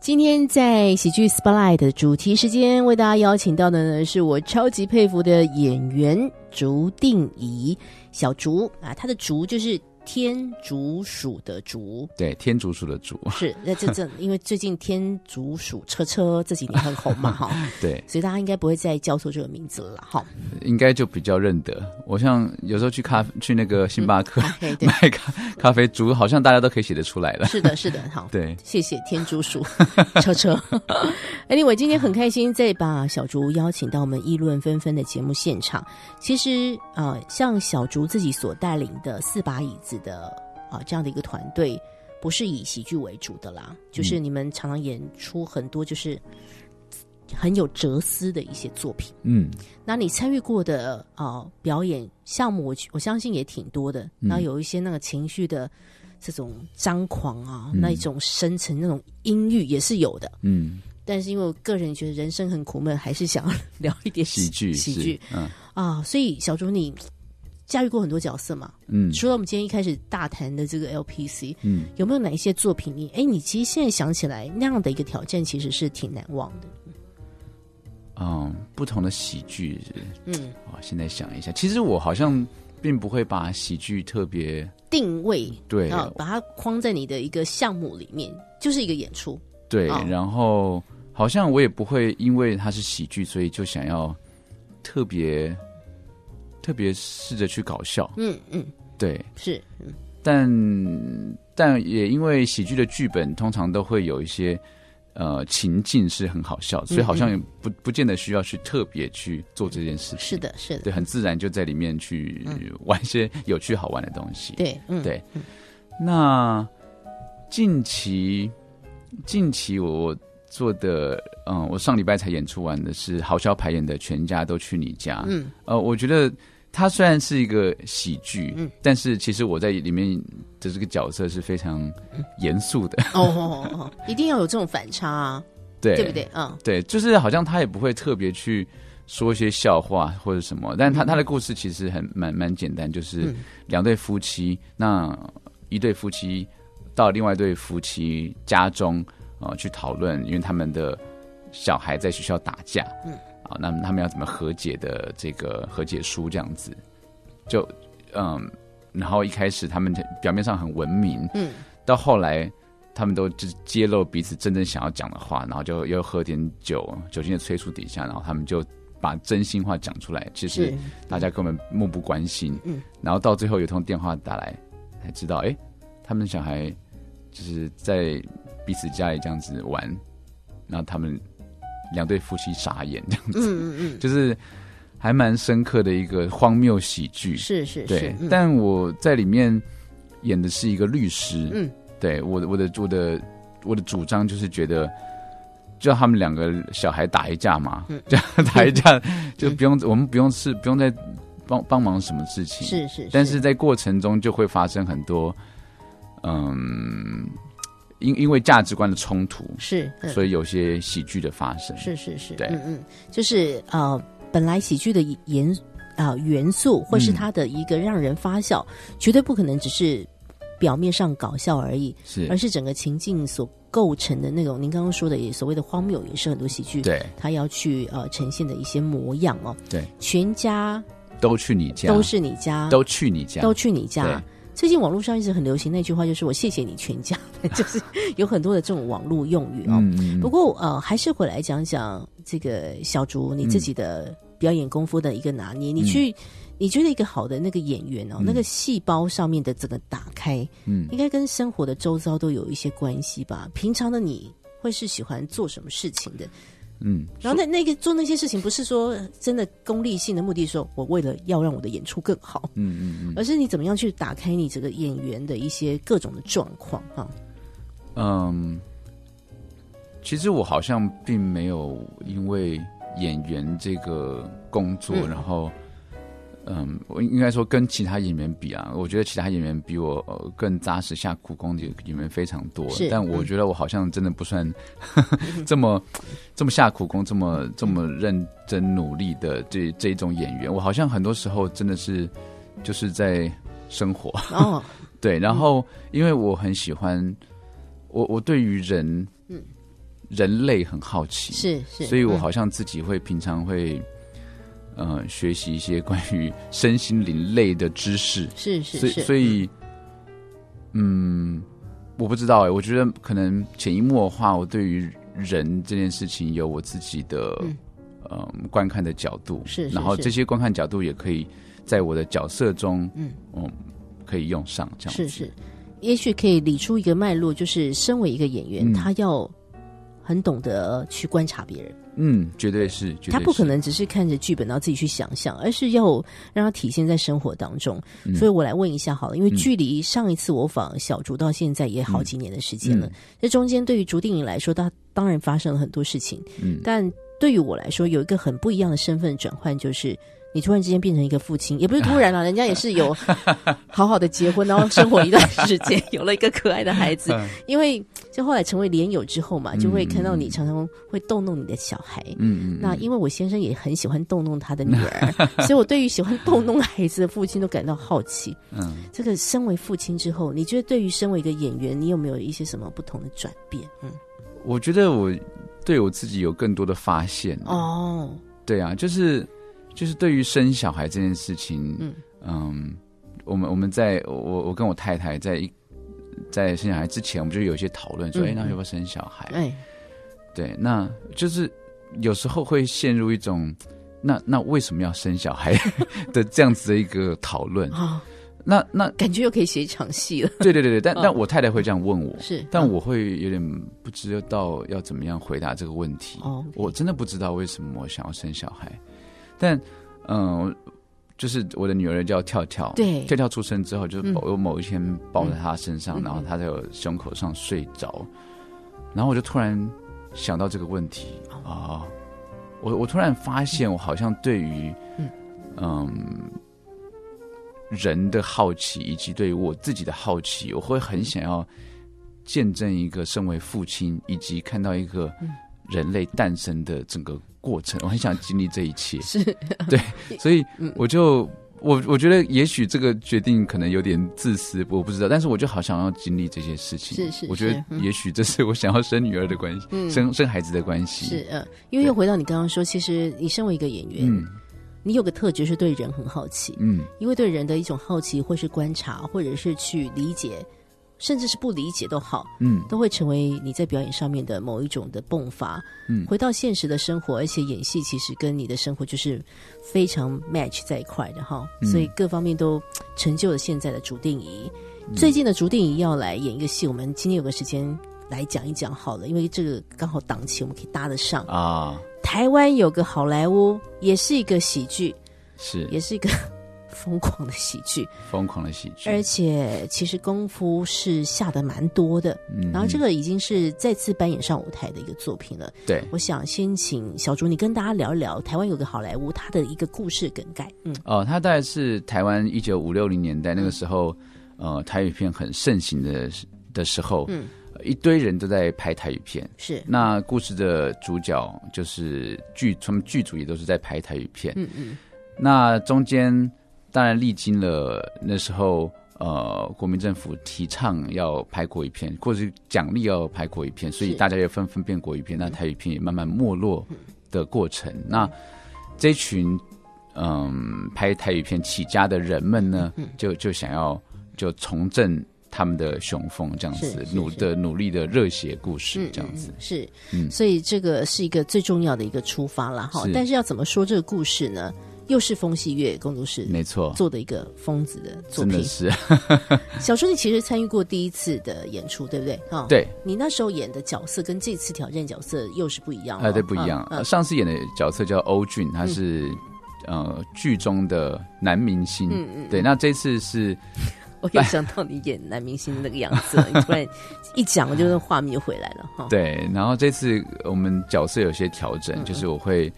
Speaker 2: 今天在喜剧 Spotlight 的主题时间，为大家邀请到的呢是我超级佩服的演员竹定仪，小竹啊，她的竹就是天竺鼠的竹，
Speaker 3: 对，天竺鼠的竺，
Speaker 2: 是那这这，因为最近天竺鼠车车这几年很红嘛哈，
Speaker 3: 对，
Speaker 2: 所以大家应该不会再叫错这个名字了啦哈。
Speaker 3: 应该就比较认得。我像有时候去咖去那个星巴克、
Speaker 2: 啊对对，
Speaker 3: 买咖 咖啡煮，好像大家都可以写得出来 了。
Speaker 2: 是的，是的，好，
Speaker 3: 对，
Speaker 2: 谢谢天竺鼠 车车。anyway，今天很开心再把小竹邀请到我们议论纷纷的节目现场。其实呃，像小竹自己所带领的四把椅子的啊、这样的一个团队，不是以喜剧为主的啦，就是你们常常演出很多就是很有哲思的一些作品。
Speaker 3: 嗯，
Speaker 2: 那你参与过的呃表演项目，我我相信也挺多的。
Speaker 3: 嗯
Speaker 2: 那有一些那个情绪的这种张狂啊，那一种深沉那种阴郁也是有的。
Speaker 3: 嗯，
Speaker 2: 但是因为我个人觉得人生很苦闷，还是想要聊一点
Speaker 3: 喜剧
Speaker 2: 喜
Speaker 3: 是
Speaker 2: 剧，
Speaker 3: 嗯
Speaker 2: 啊。所以小朱你驾驭过很多角色嘛？
Speaker 3: 嗯
Speaker 2: 除了我们今天一开始大谈的这个 LPC，
Speaker 3: 嗯，
Speaker 2: 有没有哪一些作品你哎，你其实现在想起来那样的一个挑战，其实是挺难忘的。
Speaker 3: 嗯，不同的喜剧，
Speaker 2: 嗯，
Speaker 3: 我现在想一下，其实我好像并不会把喜剧特别
Speaker 2: 定位
Speaker 3: 对
Speaker 2: 啊，把它框在你的一个项目里面，就是一个演出。
Speaker 3: 对，
Speaker 2: 哦
Speaker 3: 然后好像我也不会因为它是喜剧，所以就想要特别特别试着去搞笑，
Speaker 2: 嗯嗯，
Speaker 3: 对，
Speaker 2: 是
Speaker 3: 但但也因为喜剧的剧本通常都会有一些呃情境是很好
Speaker 2: 嗯
Speaker 3: 笑，所以好像也不不见得需要去特别去做这件事情。
Speaker 2: 是，的，嗯是的，
Speaker 3: 对，很自然就在里面去玩一些有趣好玩的东西。
Speaker 2: 对，嗯，
Speaker 3: 对，那近期近期我做的，嗯，我上礼拜才演出完的是豪潇排演的《全家都去你家》。
Speaker 2: 嗯，
Speaker 3: 呃，我觉得它虽然是一个喜剧，嗯，但是其实我在里面的这个角色是非常严肃的，
Speaker 2: 哦哦哦哦，一定要有这种反差啊，
Speaker 3: 对
Speaker 2: 对不？对？嗯，
Speaker 3: 对，就是好像他也不会特别去说一些笑话或者什么，但
Speaker 2: 嗯
Speaker 3: 他、他的故事其实很蛮蛮简单，就是两对夫妻，那一对夫妻到另外一对夫妻家中啊、呃去讨论，因为他们的小孩在学校打架，嗯，啊，那么他们要怎么和解的这个和解书这样子，就嗯，然后一开始他们表面上很文明，
Speaker 2: 嗯，
Speaker 3: 到后来他们都就是揭露彼此真正想要讲的话，然后就又喝点酒，酒精的催促底下，然后他们就把真心话讲出来。其实
Speaker 2: 是
Speaker 3: 大家根本漠不关心，
Speaker 2: 嗯，
Speaker 3: 然后到最后有一通电话打来，才知道，哎，他们小孩就是在彼此家里这样子玩，然后他们两对夫妻傻眼，这样子，
Speaker 2: 嗯嗯
Speaker 3: 就是还蛮深刻的一个荒谬喜剧
Speaker 2: 嗯，。是是
Speaker 3: 对
Speaker 2: 是，，嗯
Speaker 3: 但我在里面演的是一个律师，
Speaker 2: 嗯，
Speaker 3: 对，我的我的我的我的主张就是觉得，就他们两个小孩打一架嘛，
Speaker 2: 嗯
Speaker 3: 就打一架就不用、我们不用是不用再帮帮忙什么事情，，
Speaker 2: 是是，
Speaker 3: 但是在过程中就会发生很多，嗯，因因为价值观的冲突，
Speaker 2: 是，嗯
Speaker 3: 所以有些喜剧的发生，
Speaker 2: 是是是，
Speaker 3: 对
Speaker 2: 嗯嗯，就是呃，本来喜剧的元啊、元素，或是
Speaker 3: 嗯
Speaker 2: 它的一个让人发笑，绝对不可能只是表面上搞笑而已，而
Speaker 3: 是，
Speaker 2: 是整个情境所构成的那种，您刚刚说的也所谓的荒谬，也是很多喜剧
Speaker 3: 对，
Speaker 2: 它要去呃呈现的一些模样哦。
Speaker 3: 对，
Speaker 2: 全家
Speaker 3: 都去你家，
Speaker 2: 都是你家，
Speaker 3: 都去你家，
Speaker 2: 都去你
Speaker 3: 对
Speaker 2: 家。最近网络上一直很流行那句话，就是“我谢谢你全家”， 就是有很多的这种网络用语哦。
Speaker 3: 嗯嗯，嗯
Speaker 2: 不过呃，还是回来讲讲这个小竹你自己的表演功夫的一个拿
Speaker 3: 嗯
Speaker 2: 捏。你去，你觉得一个好的那个演员哦，那个细胞上面的整个打开，
Speaker 3: 嗯
Speaker 2: 应该跟生活的周遭都有一些关系吧？平常的你会是喜欢做什么事情的？
Speaker 3: 嗯。
Speaker 2: 然后那那个做那些事情，不是说真的功利性的目的说我为了要让我的演出更好，
Speaker 3: 嗯嗯嗯
Speaker 2: 而是你怎么样去打开你这个演员的一些各种的状况啊？
Speaker 3: 嗯，其实我好像并没有因为演员这个工作，
Speaker 2: 嗯
Speaker 3: 然后，嗯，我应该说跟其他演员比啊，我觉得其他演员比我、呃、更扎实下苦功的演员非常多
Speaker 2: 是，
Speaker 3: 但我
Speaker 2: 嗯
Speaker 3: 觉得我好像真的不算 这么这么下苦功，这么这么认真努力的这这一种演员，我好像很多时候真的是就是在生活。
Speaker 2: 哦，
Speaker 3: 对，然后因为我很喜欢，我我对于人，人类很好奇，，
Speaker 2: 嗯是 是，
Speaker 3: 所以我
Speaker 2: 嗯
Speaker 3: 好像自己会平常会，呃，学习一些关于身心灵类的知识，
Speaker 2: 是是
Speaker 3: 所以
Speaker 2: 是，
Speaker 3: 所以，嗯，我不知道哎、我觉得可能潜移默化，我对于人这件事情有我自己的
Speaker 2: 嗯
Speaker 3: 嗯、观看的角度，
Speaker 2: 是是
Speaker 3: 然后
Speaker 2: 是
Speaker 3: 这些观看角度也可以在我的角色中，
Speaker 2: 嗯
Speaker 3: 嗯可以用上这样子，
Speaker 2: 是是，也许可以理出一个脉络，就是身为一个演员，
Speaker 3: 嗯
Speaker 2: 他要很懂得去观察别人，
Speaker 3: 嗯，绝对是，绝对是
Speaker 2: 他不可能只是看着剧本然后自己去想象，而是要让它体现在生活当中。
Speaker 3: 嗯
Speaker 2: 所以我来问一下好了，因为距离上一次我访小竹到现在也好几年的时间了，
Speaker 3: 嗯
Speaker 2: 这中间对于竹电影来说，它当然发生了很多事情，
Speaker 3: 嗯
Speaker 2: 但对于我来说，有一个很不一样的身份转换，就是你突然之间变成一个父亲，也不是突
Speaker 3: 哎
Speaker 2: 然了、人家也是有好好的结婚，然后生活一段时间， 有了一个可爱的孩子。
Speaker 3: 嗯
Speaker 2: 因为就后来成为连友之后嘛，就会看到你常常会逗弄你的小孩。
Speaker 3: 嗯嗯，
Speaker 2: 那因为我先生也很喜欢逗弄他的女 儿，所以我对于喜欢逗弄孩子的父亲都感到好奇。
Speaker 3: 嗯，
Speaker 2: 这个身为父亲之后，你觉得对于身为一个演员，你有没有一些什么不同的转变？嗯，
Speaker 3: 我觉得我对我自己有更多的发现哦，
Speaker 2: 哦，
Speaker 3: 对啊，就是就是对于生小孩这件事情，
Speaker 2: 嗯
Speaker 3: 嗯我们我们在我我跟我太太在一在生小孩之前，我们就有一些讨论说，
Speaker 2: 嗯
Speaker 3: 哎、那
Speaker 2: 嗯
Speaker 3: 要不要生小孩？
Speaker 2: 哎，
Speaker 3: 对，那就是有时候会陷入一 种。那那为什么要生小孩的这样子的一个讨论？
Speaker 2: 啊、
Speaker 3: 那那
Speaker 2: 感觉又可以写一场戏了。
Speaker 3: 对对对对，但
Speaker 2: 嗯
Speaker 3: 但我太太会这样问我，
Speaker 2: 是嗯
Speaker 3: 但我会有点不知道要怎么样回答这个问题。
Speaker 2: 哦，OK
Speaker 3: 我真的不知道为什么我想要生小孩，但嗯，我就是我的女儿叫跳跳，
Speaker 2: 对
Speaker 3: 跳跳出生之后，就是
Speaker 2: 嗯
Speaker 3: 我某一天抱在她身上，
Speaker 2: 嗯
Speaker 3: 然后她在我胸口上睡着，然后我就突然想到这个问题啊、
Speaker 2: 哦
Speaker 3: 我我突然发现我好像对于
Speaker 2: 嗯
Speaker 3: 嗯。人的好奇以及对于我自己的好奇，我会很想要见证一个身为父亲以及看到一个
Speaker 2: 嗯
Speaker 3: 人类诞生的整个过程，我很想经历这一切。
Speaker 2: 是，
Speaker 3: 所以
Speaker 2: 嗯
Speaker 3: 我就我我觉得也许这个决定可能有点自私，我不知道，但是我就好想要经历这些事情。
Speaker 2: 是是
Speaker 3: 我觉
Speaker 2: 是
Speaker 3: 得
Speaker 2: 嗯
Speaker 3: 也许这是我想要生女儿的关系，
Speaker 2: 嗯
Speaker 3: 生生孩子的关系。
Speaker 2: 是，嗯，因为又回到你刚刚说，其实你身为一个演员，
Speaker 3: 嗯
Speaker 2: 你有个特质是对人很好奇，
Speaker 3: 嗯
Speaker 2: 因为对人的一种好奇，或是观察，或者是去理解，甚至是不理解都好，
Speaker 3: 嗯，
Speaker 2: 都会成为你在表演上面的某一种的迸发。
Speaker 3: 嗯
Speaker 2: 回到现实的生活，而且演戏其实跟你的生活就是非常 match 在一块的哈，
Speaker 3: 嗯
Speaker 2: 所以各方面都成就了现在的竹定仪。
Speaker 3: 嗯
Speaker 2: 最近的竹定仪要来演一个戏，我们今天有个时间来讲一讲好了，因为这个刚好档期我们可以搭得上。
Speaker 3: 啊，
Speaker 2: 台湾有个好莱坞，也是一个喜剧，
Speaker 3: 是
Speaker 2: 也是一个 疯狂的喜剧，
Speaker 3: 疯狂的喜剧。
Speaker 2: 而且其实功夫是下的蛮多的。
Speaker 3: 嗯
Speaker 2: 然后这个已经是再次扮演上舞台的一个作品了。
Speaker 3: 对
Speaker 2: 我想先请小竹你跟大家聊一聊台湾有个好莱坞，它的一个故事梗概。嗯，
Speaker 3: 哦，它大概是台湾一九五六零年代那个时候，呃，台语片很盛行的时的时候，
Speaker 2: 嗯
Speaker 3: 呃，一堆人都在拍台语片。
Speaker 2: 是，
Speaker 3: 那故事的主角就是剧，他们剧组也都是在拍台语片。
Speaker 2: 嗯嗯，
Speaker 3: 那中间当然历经了那时候呃国民政府提倡要拍国语片，或者是奖励要拍国语片，所以
Speaker 2: 是
Speaker 3: 大家也纷纷变国语片，那台语片也慢慢没落的过程。
Speaker 2: 嗯
Speaker 3: 那这群嗯拍台语片起家的人们呢，
Speaker 2: 嗯
Speaker 3: 就就想要就重振。他们的雄风这样子
Speaker 2: 是是
Speaker 3: 努
Speaker 2: 是
Speaker 3: 的努力的热血故事
Speaker 2: 嗯
Speaker 3: 这样子，
Speaker 2: 是，
Speaker 3: 嗯
Speaker 2: 所以这个是一个最重要的一个出发了哈。
Speaker 3: 是
Speaker 2: 但是要怎么说这个故事呢？又是风戏月工作室
Speaker 3: 没错，
Speaker 2: 做的一个疯子的作
Speaker 3: 真的
Speaker 2: 品。
Speaker 3: 是
Speaker 2: 小竹，你其实参与过第一次的演出，对不对？哈、
Speaker 3: 对，
Speaker 2: 你那时候演的角色跟这次挑战角色又是不一样了。
Speaker 3: 啊，对，不一样。
Speaker 2: 嗯
Speaker 3: 呃上次演的角色叫欧俊，他是、呃剧中的男明星。
Speaker 2: 嗯嗯
Speaker 3: 对，那这次是
Speaker 2: 我又想到你演男明星那个样子了，你突然一讲，我就那画面就回来了哈。
Speaker 3: 对，然后这次我们角色有些调整，
Speaker 2: 嗯
Speaker 3: 就是我会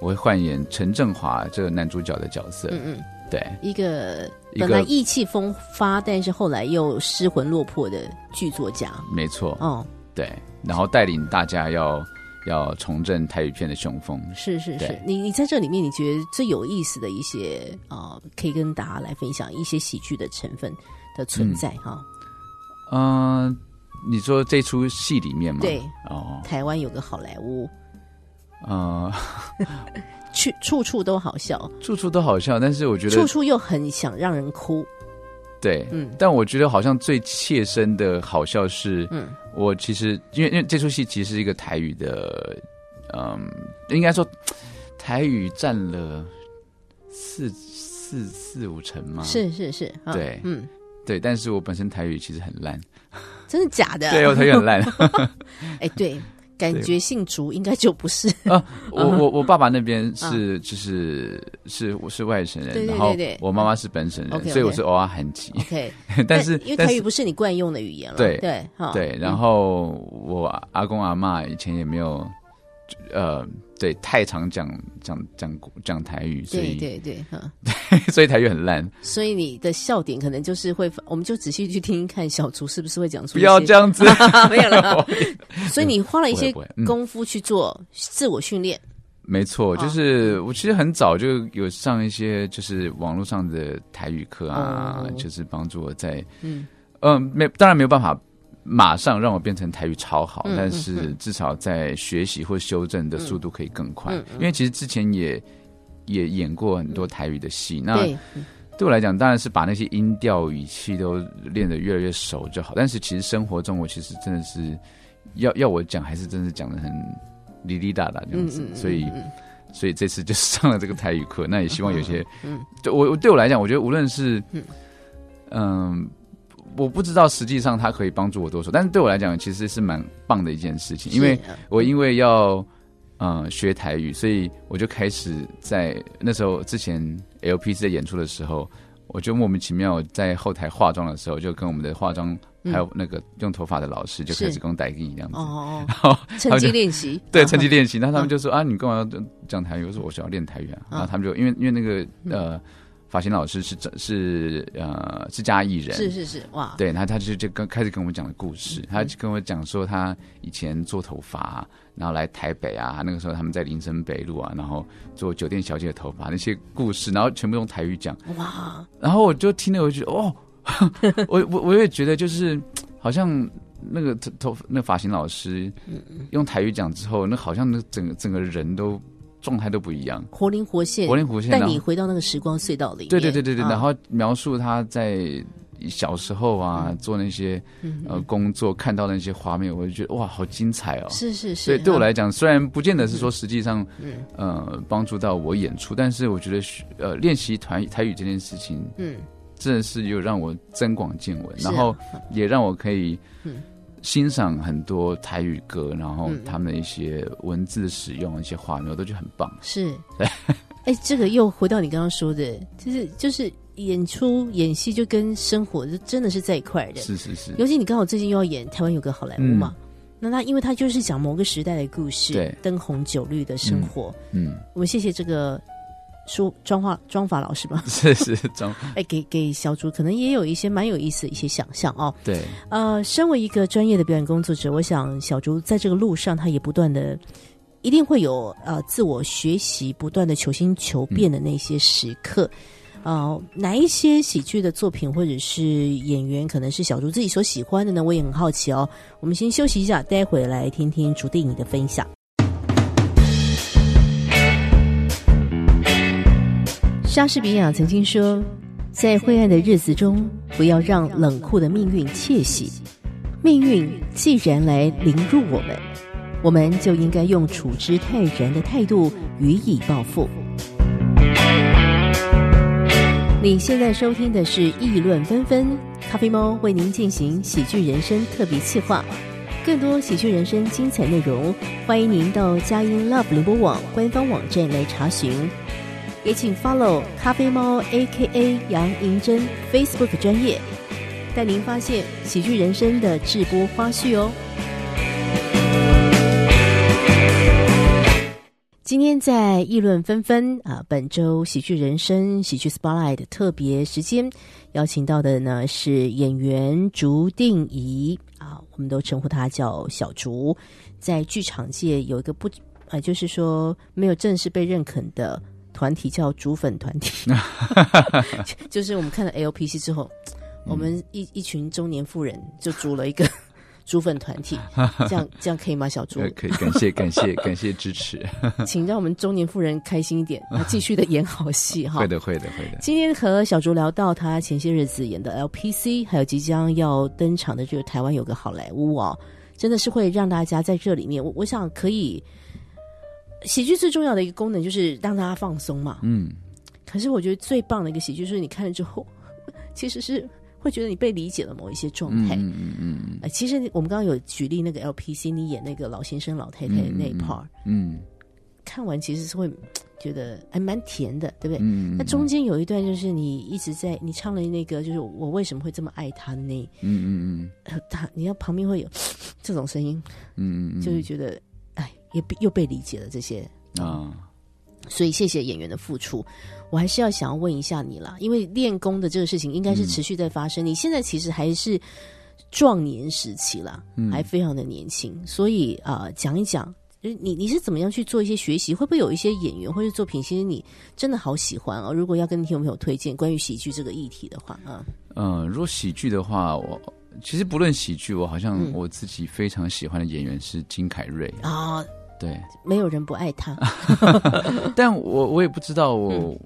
Speaker 3: 我会换演陈振华这个男主角的角色。
Speaker 2: 嗯嗯，
Speaker 3: 对，
Speaker 2: 一个
Speaker 3: 一
Speaker 2: 本来
Speaker 3: 个
Speaker 2: 意气风发，但是后来又失魂落魄的剧作家。
Speaker 3: 没错，
Speaker 2: 哦，
Speaker 3: 对，然后带领大家要要重振台语片的雄风。
Speaker 2: 是是是
Speaker 3: 对，
Speaker 2: 你你在这里面，你觉得最有意思的一些啊、呃可以跟大家来分享一些喜剧的成分的存在哈、
Speaker 3: 嗯、你说这出戏里面吗？
Speaker 2: 对，
Speaker 3: 哦，
Speaker 2: 台湾有个好莱坞，
Speaker 3: 呃，
Speaker 2: 去处处都好笑，
Speaker 3: 处处都好笑，但是我觉得
Speaker 2: 处处又很想让人哭。
Speaker 3: 对，
Speaker 2: 嗯
Speaker 3: 但我觉得好像最切身的好笑是，
Speaker 2: 嗯
Speaker 3: 我其实因为因为这出戏其实是一个台语的，嗯，应该说台语占了四四四五成吗？，
Speaker 2: 是是是，啊
Speaker 3: 对
Speaker 2: 嗯，
Speaker 3: 对，但是我本身台语其实很烂，
Speaker 2: 真的假的？
Speaker 3: 对我台语很 烂。
Speaker 2: 哎，对，感觉姓竹应该就不是，
Speaker 3: 我
Speaker 2: 嗯
Speaker 3: 我我爸爸那边是就是是我是外省
Speaker 2: 对
Speaker 3: 人，
Speaker 2: 对
Speaker 3: 然后
Speaker 2: 对对嗯
Speaker 3: 我妈妈是本省人，
Speaker 2: OK，OK
Speaker 3: 所以我是偶尔韩籍，
Speaker 2: OK，
Speaker 3: 但是
Speaker 2: 因为
Speaker 3: 但
Speaker 2: 台
Speaker 3: 是
Speaker 2: 语不是你惯用的语言了，
Speaker 3: 对
Speaker 2: 对哈，
Speaker 3: 对，然后我阿公阿嬷以前也没有，呃，对，太常讲讲讲讲台语，所
Speaker 2: 对
Speaker 3: 以
Speaker 2: 对对哈，
Speaker 3: 所以台语很烂，
Speaker 2: 所以你的笑点可能就是会，我们就仔细去听一看小竹是不是会讲出
Speaker 3: 不要
Speaker 2: 一些
Speaker 3: 这样子。
Speaker 2: 没 有了，所以你花了一些
Speaker 3: 不会不会嗯
Speaker 2: 功夫去做自我训练，
Speaker 3: 没错，
Speaker 2: 哦
Speaker 3: 就是我其实很早就有上一些就是网络上的台语课啊，
Speaker 2: 哦
Speaker 3: 就是帮助我在
Speaker 2: 嗯
Speaker 3: 嗯没当然没有办法。马上让我变成台语超好，
Speaker 2: 嗯嗯
Speaker 3: 但是至少在学习或修正的速度可以更快，
Speaker 2: 嗯嗯
Speaker 3: 因为其实之前也也演过很多台语的戏，那
Speaker 2: 对，
Speaker 3: 对我来讲，当然是把那些音调、语气都练得越来越熟就好。但是其实生活中，我其实真的是要要我讲，还是真的讲的很哩哩哒哒这样
Speaker 2: 嗯
Speaker 3: 子。
Speaker 2: 嗯，
Speaker 3: 所以，
Speaker 2: 嗯嗯
Speaker 3: 所以这次就是上了这个台语课，那也希望有些，
Speaker 2: 嗯
Speaker 3: 对我我对我来讲，我觉得无论是
Speaker 2: 嗯
Speaker 3: 嗯，我不知道实际上它可以帮助我多少，但是对我来讲其实是蛮棒的一件事情，因为
Speaker 2: 是
Speaker 3: 我因为要嗯学台语，所以我就开始在那时候之前 LPC 在演出的时候，我就莫名其妙在后台化妆的时候，就跟我们的化妆
Speaker 2: 嗯
Speaker 3: 还有那个用头发的老师就是开始跟我打一这样子，
Speaker 2: 哦
Speaker 3: 然后
Speaker 2: 哦， 趁
Speaker 3: 们
Speaker 2: 机
Speaker 3: 就
Speaker 2: 练习，
Speaker 3: 对
Speaker 2: 啊
Speaker 3: 趁机练习，然后他
Speaker 2: 嗯
Speaker 3: 们就说啊你干嘛要讲台语？我说我想要练台语啊，
Speaker 2: 嗯
Speaker 3: 然后他们就因为因为那个呃发型老师是是呃是嘉义人，
Speaker 2: 是是是，哇，
Speaker 3: 对，然后他就就跟开始跟我们讲的故事，他就跟我讲说他以前做头发，然后来台北啊，那个时候他们在林森北路啊，然后做酒店小姐的头发那些故事，然后全部用台语讲，
Speaker 2: 哇，
Speaker 3: 然后我就听了，我就觉得哦，我我我也觉得就是好像那个头头那发型老师用台语讲之后，那好像那整个整个人都状态都不一样，
Speaker 2: 活灵活现
Speaker 3: 活，灵活现。
Speaker 2: 带
Speaker 3: 然后
Speaker 2: 你回到那个时光隧道里面。
Speaker 3: 对对对对对，
Speaker 2: 啊
Speaker 3: 然后描述他在小时候啊
Speaker 2: 嗯
Speaker 3: 做那些呃工作看到的那些画面，我就觉得哇，好精彩哦！
Speaker 2: 是是是，嗯
Speaker 3: 所以对我
Speaker 2: 啊
Speaker 3: 来讲，虽然不见得是说实际上
Speaker 2: 嗯
Speaker 3: 呃帮助到我演出，但是我觉得学呃练习团台语这件事情
Speaker 2: 嗯，
Speaker 3: 真的是有让我增广见闻，
Speaker 2: 是啊
Speaker 3: 然后也让我可以
Speaker 2: 嗯
Speaker 3: 欣赏很多台语歌，然后
Speaker 2: 嗯
Speaker 3: 他们的一些文字的使用、一些画面，我都觉得很棒。
Speaker 2: 是。 哎，这个又回到你刚刚说的，就是就是演出演戏就跟生活就真的是在一块儿的。
Speaker 3: 是是是，
Speaker 2: 尤其你刚好最近又要演台湾有个好莱坞嘛，那他因为他就是讲某个时代的故事，
Speaker 3: 对
Speaker 2: 灯红酒绿的生活。
Speaker 3: 嗯，
Speaker 2: 我们谢谢这个说妆化妆法老师 嘛，
Speaker 3: 是是，张
Speaker 2: 哎，给给小猪可能也有一些蛮有意思的一些想象哦。
Speaker 3: 对。
Speaker 2: 呃，身为一个专业的表演工作者，我想小竹在这个路上，他也不断的，一定会有呃自我学习、不断的求新求变的那些时刻。呃，哪一些喜剧的作品或者是演员，可能是小竹自己所喜欢的呢？我也很好奇哦。我们先休息一下，待会来听听竹弟你的分享。莎士比亚曾经说：“在灰暗的日子中，不要让冷酷的命运窃喜。命运既然来凌辱我们，我们就应该用处之泰然的态度予以报复。”你现在收听的是《议论纷纷》，咖啡猫为您进行喜剧人生特别企划。更多喜剧人生精彩内容，欢迎您到佳音 Love 联播网官方网站来查询。也请 follow 咖啡猫 A.K.A 杨银珍 Facebook 专业，带您发现喜剧人生的直播花絮哦。今天在议论纷纷啊，本周喜剧人生喜剧 Spotlight 特别时间邀请到的呢是演员竹定仪啊，我们都称呼她叫小竹，在剧场界有一个不啊，就是说没有正式被认肯的团体叫竹粉团体，就是我们看了 LPC 之后，我们一一群中年妇人就组了一个 竹粉团体，这样这样可以吗？小竹
Speaker 3: 呃，可以感谢感谢感谢支持，
Speaker 2: 请让我们中年妇人开心 一点，啊继续的演 好戏哈
Speaker 3: 会。的会的会的，
Speaker 2: 今天和小竹聊到她前些日子演的 LPC，还有即将要登场的这个台湾有个好莱坞哦，真的是会让大家在这里面，我我想可以，喜剧最重要的一个功能就是让大家放松嘛。
Speaker 3: 嗯，
Speaker 2: 可是我觉得最棒的一个喜剧就是你看了之后， 其实是会觉得你被理解了某一些状态。
Speaker 3: 嗯嗯嗯
Speaker 2: 呃，其实我们刚刚有举例那个 LPC，你演那个老先生老太太的那一
Speaker 3: 嗯嗯嗯
Speaker 2: part，、
Speaker 3: 嗯
Speaker 2: 看完其实是会觉得还蛮甜的，对不对？
Speaker 3: 嗯，
Speaker 2: 那中间有一段就是你一直在你唱了那个就是我为什么会这么爱他的那
Speaker 3: 嗯嗯
Speaker 2: 呃他，你要旁边会有 这种声音，
Speaker 3: 嗯嗯嗯
Speaker 2: 就会觉得哎也被又被理解了这些，
Speaker 3: 啊，
Speaker 2: 所以谢谢演员的付出。我还是要想要问一下你啦，因为练功的这个事情应该是
Speaker 3: 嗯
Speaker 2: 持续在发生，你现在其实还是壮年时期啦，
Speaker 3: 嗯
Speaker 2: 还非常的年轻，所以啊、呃讲一讲。就是你你是怎么样去做一些学习？会不会有一些演员或者作品，其实你真的好喜欢哦？如果要跟听众朋友推荐关于喜剧这个议题的话， 啊，
Speaker 3: 嗯，如果喜剧的话，我其实不论喜剧，我好像
Speaker 2: 嗯
Speaker 3: 我自己非常喜欢的演员是金凯瑞，
Speaker 2: 啊，
Speaker 3: 对，
Speaker 2: 没有人不爱 他，
Speaker 3: 但我我也不知道我。
Speaker 2: 嗯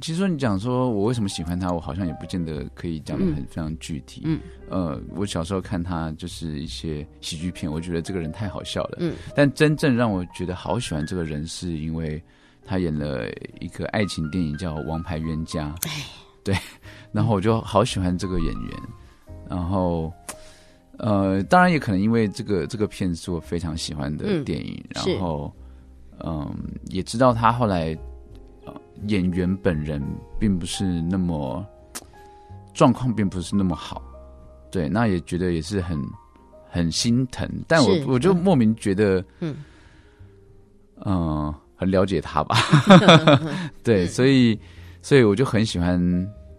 Speaker 3: 其实说你讲说我为什么喜欢他，我好像也不见得可以讲的很非常具体。
Speaker 2: 嗯，
Speaker 3: 呃，我小时候看他就是一些喜剧片，我觉得这个人太好笑了。
Speaker 2: 嗯，
Speaker 3: 但真正让我觉得好喜欢这个
Speaker 2: 哎
Speaker 3: 人，是因为他演了一个爱情电影叫《王牌冤家》。然后我就好喜欢这个演员，然后呃，当然也可能因为这个这个片是我非常喜欢的
Speaker 2: 嗯
Speaker 3: 电影，
Speaker 2: 是
Speaker 3: 然后嗯，也知道他后来、呃、演员本人并不是那么状况并不是那么好，对，那也觉得也是很很心疼，但我
Speaker 2: 是
Speaker 3: 我就
Speaker 2: 嗯
Speaker 3: 莫名觉得
Speaker 2: 嗯
Speaker 3: 嗯、呃很了解他 吧，
Speaker 2: 嗯
Speaker 3: 对，所以所以我就很喜欢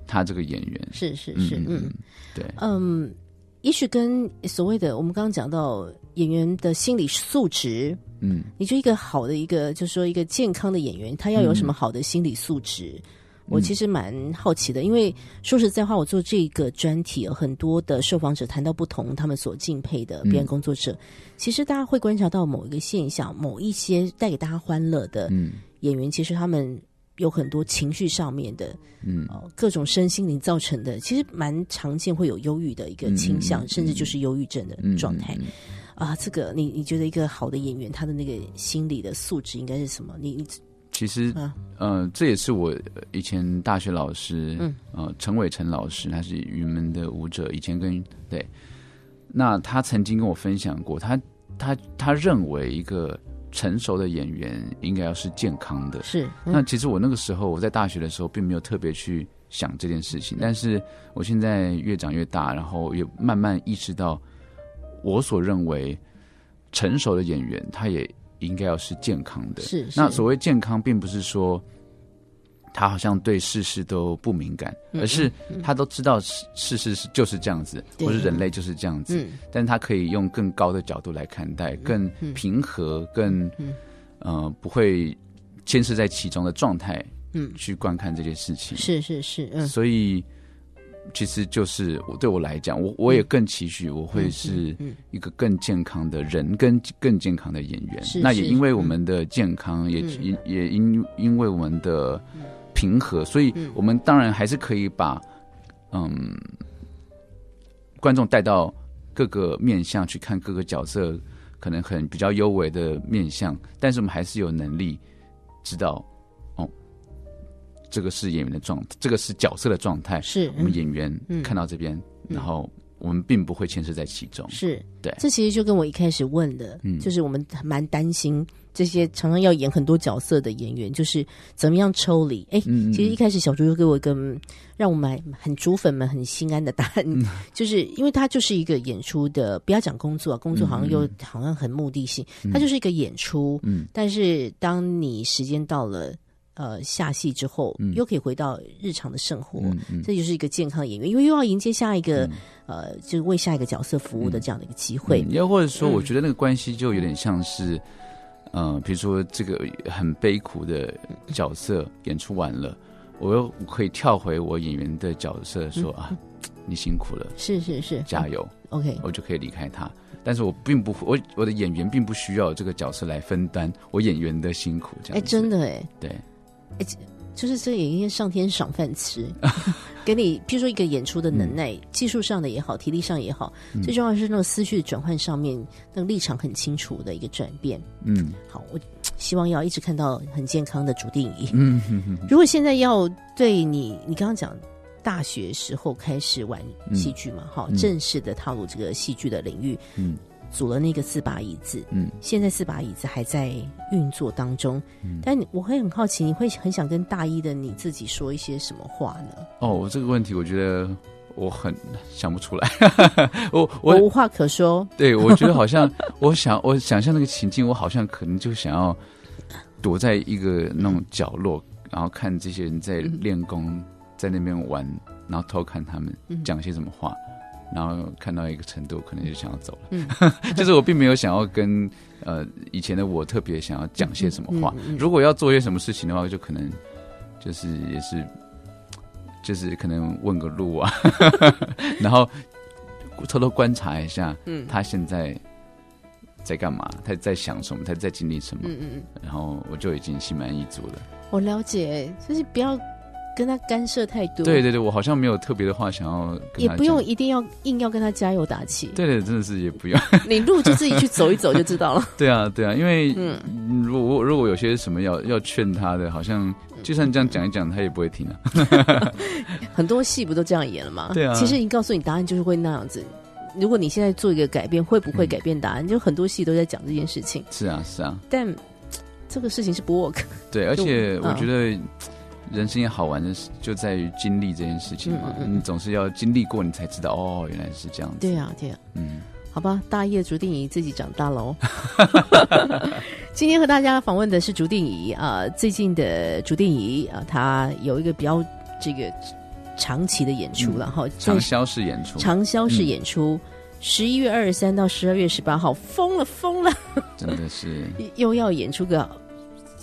Speaker 3: 他这个演员。
Speaker 2: 是是
Speaker 3: 嗯
Speaker 2: 是，
Speaker 3: 嗯
Speaker 2: 嗯
Speaker 3: 嗯，对，
Speaker 2: 嗯，也许跟所谓的我们刚刚讲到演员的心理素质，
Speaker 3: 嗯，
Speaker 2: 你就一个好的一个，就是说一个健康的演员，他要有
Speaker 3: 嗯
Speaker 2: 什么好的心理素质？我其实蛮好奇的，因为说实在话，我做这个专题，有很多的受访者谈到不同他们所敬佩的
Speaker 3: 嗯
Speaker 2: 表演工作者，其实大家会观察到某一个现象，某一些带给大家欢乐的
Speaker 3: 嗯
Speaker 2: 演员，其实他们有很多情绪上面的
Speaker 3: 嗯
Speaker 2: 呃各种身心灵造成的，其实蛮常见会有忧郁的一个倾向，
Speaker 3: 嗯嗯嗯
Speaker 2: 甚至就是忧郁症的
Speaker 3: 嗯，
Speaker 2: 状态、
Speaker 3: 嗯嗯
Speaker 2: 啊。这个你你觉得一个好的演员，他的那个心理的素质应该是什么？你你
Speaker 3: 其实，
Speaker 2: 啊
Speaker 3: 呃，这也是我呃以前大学老师，
Speaker 2: 嗯
Speaker 3: 呃，陈伟成老师，他是云门的舞者，以前跟对，那他曾经跟我分享过，他他他认为一个成熟的演员应该要是健康的，
Speaker 2: 是、
Speaker 3: 那
Speaker 2: 嗯、
Speaker 3: 其实我那个时候我在大学的时候并没有特别去想这件事情，但是我现在越长越大，然后也慢慢意识到，我所认为成熟的演员他也应该要是健康的。
Speaker 2: 是是
Speaker 3: 那所谓健康，并不是说他好像对世事都不敏感，
Speaker 2: 嗯
Speaker 3: 而是他都知道世世事是就是这样子，
Speaker 2: 对
Speaker 3: 或是人类就是这样子，
Speaker 2: 嗯
Speaker 3: 但他可以用更高的角度来看待，更平和，更
Speaker 2: 嗯
Speaker 3: 呃不会牵涉在其中的状态
Speaker 2: 嗯
Speaker 3: 去观看这件事情。
Speaker 2: 是是是嗯
Speaker 3: 所以其实就是我对我来讲，我我也更期许我会是
Speaker 2: 嗯
Speaker 3: 一个更健康的人，跟更健康的演员
Speaker 2: 是。
Speaker 3: 那也
Speaker 2: 是
Speaker 3: 因为我们的健康，也
Speaker 2: 嗯
Speaker 3: 因也因因为我们的平和，所以
Speaker 2: 嗯
Speaker 3: 我们当然还是可以把嗯观众带到各个面向去看各个角色。可能很比较优微的面相，但是我们还是有能力知道，哦，这个是演员的状，这个是角色的状态。
Speaker 2: 是
Speaker 3: 我们
Speaker 2: 嗯
Speaker 3: 演员
Speaker 2: 嗯
Speaker 3: 看到这边，然后我们并不会牵涉在其中。
Speaker 2: 是
Speaker 3: 对
Speaker 2: 这其实就跟我一开始问的，
Speaker 3: 嗯
Speaker 2: 就是我们蛮担心这些常常要演很多角色的演员，就是怎么样抽离。哎、
Speaker 3: 嗯嗯
Speaker 2: 其实一开始小猪就给我一个嗯让我蛮很猪粉们很心安的答案，
Speaker 3: 嗯
Speaker 2: 就是因为他就是一个演出的，不要讲工作啊，工作好像又、好像很目的性，它就是一个演出。
Speaker 3: 嗯，
Speaker 2: 但是当你时间到了，呃，下戏之后，又可以回到日常的生活。
Speaker 3: 嗯嗯
Speaker 2: 这就是一个健康的演员，因为又要迎接下一个、呃，就是为下一个角色服务的这样的一个机会。
Speaker 3: 嗯又或者说，
Speaker 2: 嗯
Speaker 3: 我觉得那个关系就有点像是，呃，比如说这个很悲苦的角色演出完了，我又可以跳回我演员的角色说
Speaker 2: 嗯
Speaker 3: 啊，你辛苦了，
Speaker 2: 是是是，
Speaker 3: 加油，
Speaker 2: OK，
Speaker 3: 我就可以离开他。但是我并不，我我的演员并不需要这个角色来分担我演员的辛苦，这
Speaker 2: 哎、
Speaker 3: 样子。
Speaker 2: 真的哎，
Speaker 3: 对，
Speaker 2: 就是这也应该上天赏饭 吃，给你，譬如说一个演出的
Speaker 3: 嗯
Speaker 2: 能耐，技术上的也好，体力上也好，最重要的是那个思绪的转换上面，那个立场很清楚的一个转变。
Speaker 3: 嗯
Speaker 2: 好，我希望要一直看到很健康的主定影。
Speaker 3: 嗯哼哼
Speaker 2: 如果现在要对你，你刚刚讲大学时候开始玩戏剧嘛，哈、正式的踏入这个戏剧的领域，
Speaker 3: 嗯，
Speaker 2: 组了那个四把椅子，
Speaker 3: 嗯，
Speaker 2: 现在四把椅子还在运作当中，嗯，但我会很好奇，你会很想跟大一的你自己说一些什么话呢？
Speaker 3: 哦，我这个问题我觉得我很想不出来， 我
Speaker 2: 我
Speaker 3: 我
Speaker 2: 无话可说，
Speaker 3: 对我觉得好像我想我想象那个情境，我好像可能就想要躲在一个那种角落，然后看这些人在练功，在那边玩，然后偷看他们讲些什么话。然后看到一个程度，可能就想要走了。 就是我并没有想要跟呃以前的我特别想要讲些什么话。
Speaker 2: 嗯
Speaker 3: 如果要做些什么事情的话，就可能就是也是就是可能问个路啊， 然后偷偷观察一下，
Speaker 2: 嗯
Speaker 3: 他现在在干嘛？他在想什么？他在经历什么？
Speaker 2: 嗯嗯嗯，
Speaker 3: 然后我就已经心满意足了。
Speaker 2: 我了解，就是不要跟他干涉太多，
Speaker 3: 对对对，我好像没有特别的话想要跟
Speaker 2: 也
Speaker 3: 他
Speaker 2: 不用
Speaker 3: 讲
Speaker 2: 一定要硬要跟他加油打气，
Speaker 3: 对对，真的是也不用。
Speaker 2: 你路就自己去走一走就知道了。
Speaker 3: 对啊，对啊，因为嗯如果我如果有些什么要要劝他的，好像
Speaker 2: 嗯
Speaker 3: 就算这样讲一讲，他也不会听啊。
Speaker 2: 很多戏不都这样演了吗？
Speaker 3: 对啊
Speaker 2: 其实已经告诉你答案就是会那样子。如果你现在做一个改变，会不会改变答案？就很多戏都在讲这件事情，
Speaker 3: 是啊，是啊，
Speaker 2: 但嘖这个事情是不 work。
Speaker 3: 对，而且
Speaker 2: 嗯
Speaker 3: 我觉得人生也好玩的是，就在于经历这件事情嘛
Speaker 2: 嗯。嗯嗯
Speaker 3: 你总是要经历过，你才知道哦，原来是这样子。
Speaker 2: 对啊，对啊，
Speaker 3: 嗯，
Speaker 2: 好吧，大业竹定仪自己长大了哦。 今天和大家访问的是竹定仪啊、最近的竹定仪啊、他有一个比较这个长期嗯的演出了哈，在
Speaker 3: 长销式演出，
Speaker 2: 长销式
Speaker 3: 嗯
Speaker 2: 演出，十一、月二十三到十二月十八号，疯了疯了，
Speaker 3: 真的是
Speaker 2: 又要演出个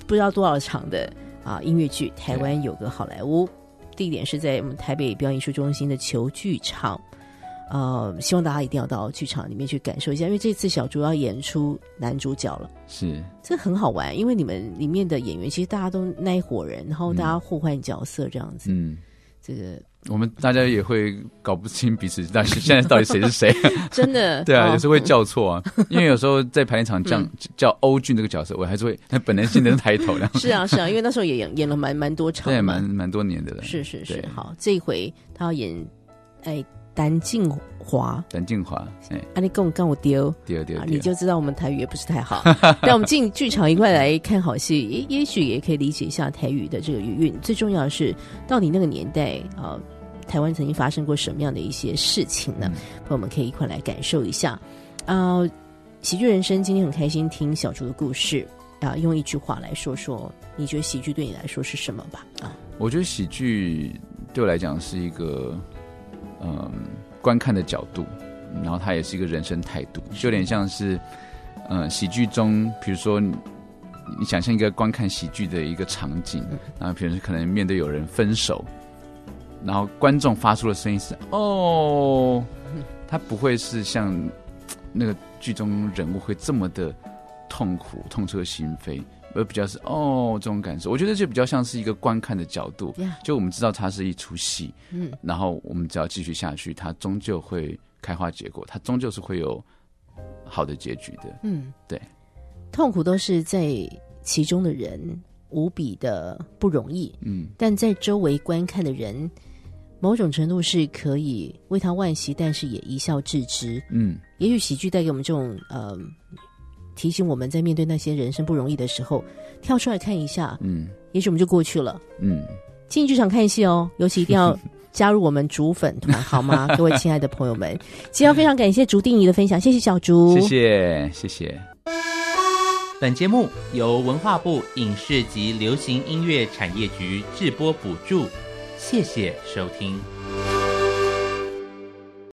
Speaker 2: 不知道多少场的啊音乐剧。台湾有个好莱坞，地点是在我们台北表演艺术中心的球剧场。呃，希望大家一定要到剧场里面去感受一下，因为这次小竹要演出男主角了，
Speaker 3: 是
Speaker 2: 这很好玩。因为你们里面的演员其实大家都那一伙人，然后大家互换角色这样子，
Speaker 3: 嗯。
Speaker 2: 这个
Speaker 3: 我们大家也会搞不清彼此到底现在到底谁是 谁，
Speaker 2: 真的
Speaker 3: 对啊，
Speaker 2: 哦嗯
Speaker 3: 有时候会叫错 啊，因为有时候在排练场叫叫欧俊这个角色，我还是会 本能性的抬头的，
Speaker 2: 是啊是啊，因为那时候也演演了蛮蛮多场
Speaker 3: 这也
Speaker 2: 的嘛，
Speaker 3: 蛮蛮多年的了。
Speaker 2: 是是是
Speaker 3: 对，
Speaker 2: 好，这一回他要演哎谭静华，
Speaker 3: 陈静华，哎，
Speaker 2: 啊，你跟我跟我丢
Speaker 3: 第二第
Speaker 2: 啊
Speaker 3: 二，，
Speaker 2: 你
Speaker 3: 第二
Speaker 2: 就知道我们台语也不是太 好。那我们进剧场一块来看好戏，也也许也可以理解一下台语的这个语韵。最重要的是，到底那个年代啊、呃台湾曾经发生过什么样的一些事情呢？我们可以一块来感受一下。啊、喜剧人生今天很开心听小竹的故事啊、用一句话来说说，你觉得喜剧对你来说是什么吧？啊、
Speaker 3: 我觉得喜剧对我来讲是一个，嗯，观看的角度，然后它也是一个人生态度，就有点像是，嗯，喜剧中，比如说你你想象一个观看喜剧的一个场景，然后比如说可能面对有人分手，然后观众发出的声音是哦，他不会是像那个剧中人物会这么的痛苦、痛彻心扉，而比较是哦这种感受。我觉得这比较像是一个观看的角度
Speaker 2: Yeah
Speaker 3: 就我们知道它是一出戏，
Speaker 2: 嗯，
Speaker 3: 然后我们只要继续下去，它终究会开花结果，它终究是会有好的结局的。
Speaker 2: 嗯，
Speaker 3: 对，
Speaker 2: 痛苦都是在其中的人无比的不容易，
Speaker 3: 嗯，
Speaker 2: 但在周围观看的人，某种程度是可以为他惋惜，但是也一笑置之。
Speaker 3: 嗯，
Speaker 2: 也许喜剧带给我们这种呃，提醒我们在面对那些人生不容易的时候，跳出来看一下，
Speaker 3: 嗯，
Speaker 2: 也许我们就过去了。
Speaker 3: 嗯，
Speaker 2: 进剧场看戏哦，尤其一定要加入我们竹粉 团，好吗？各位亲爱的朋友们，今天非常感谢竹定仪的分享，谢谢小竹，
Speaker 3: 嗯谢谢，谢谢。
Speaker 4: 本节目由文化部影视及流行音乐产业局制播补助，谢谢收听。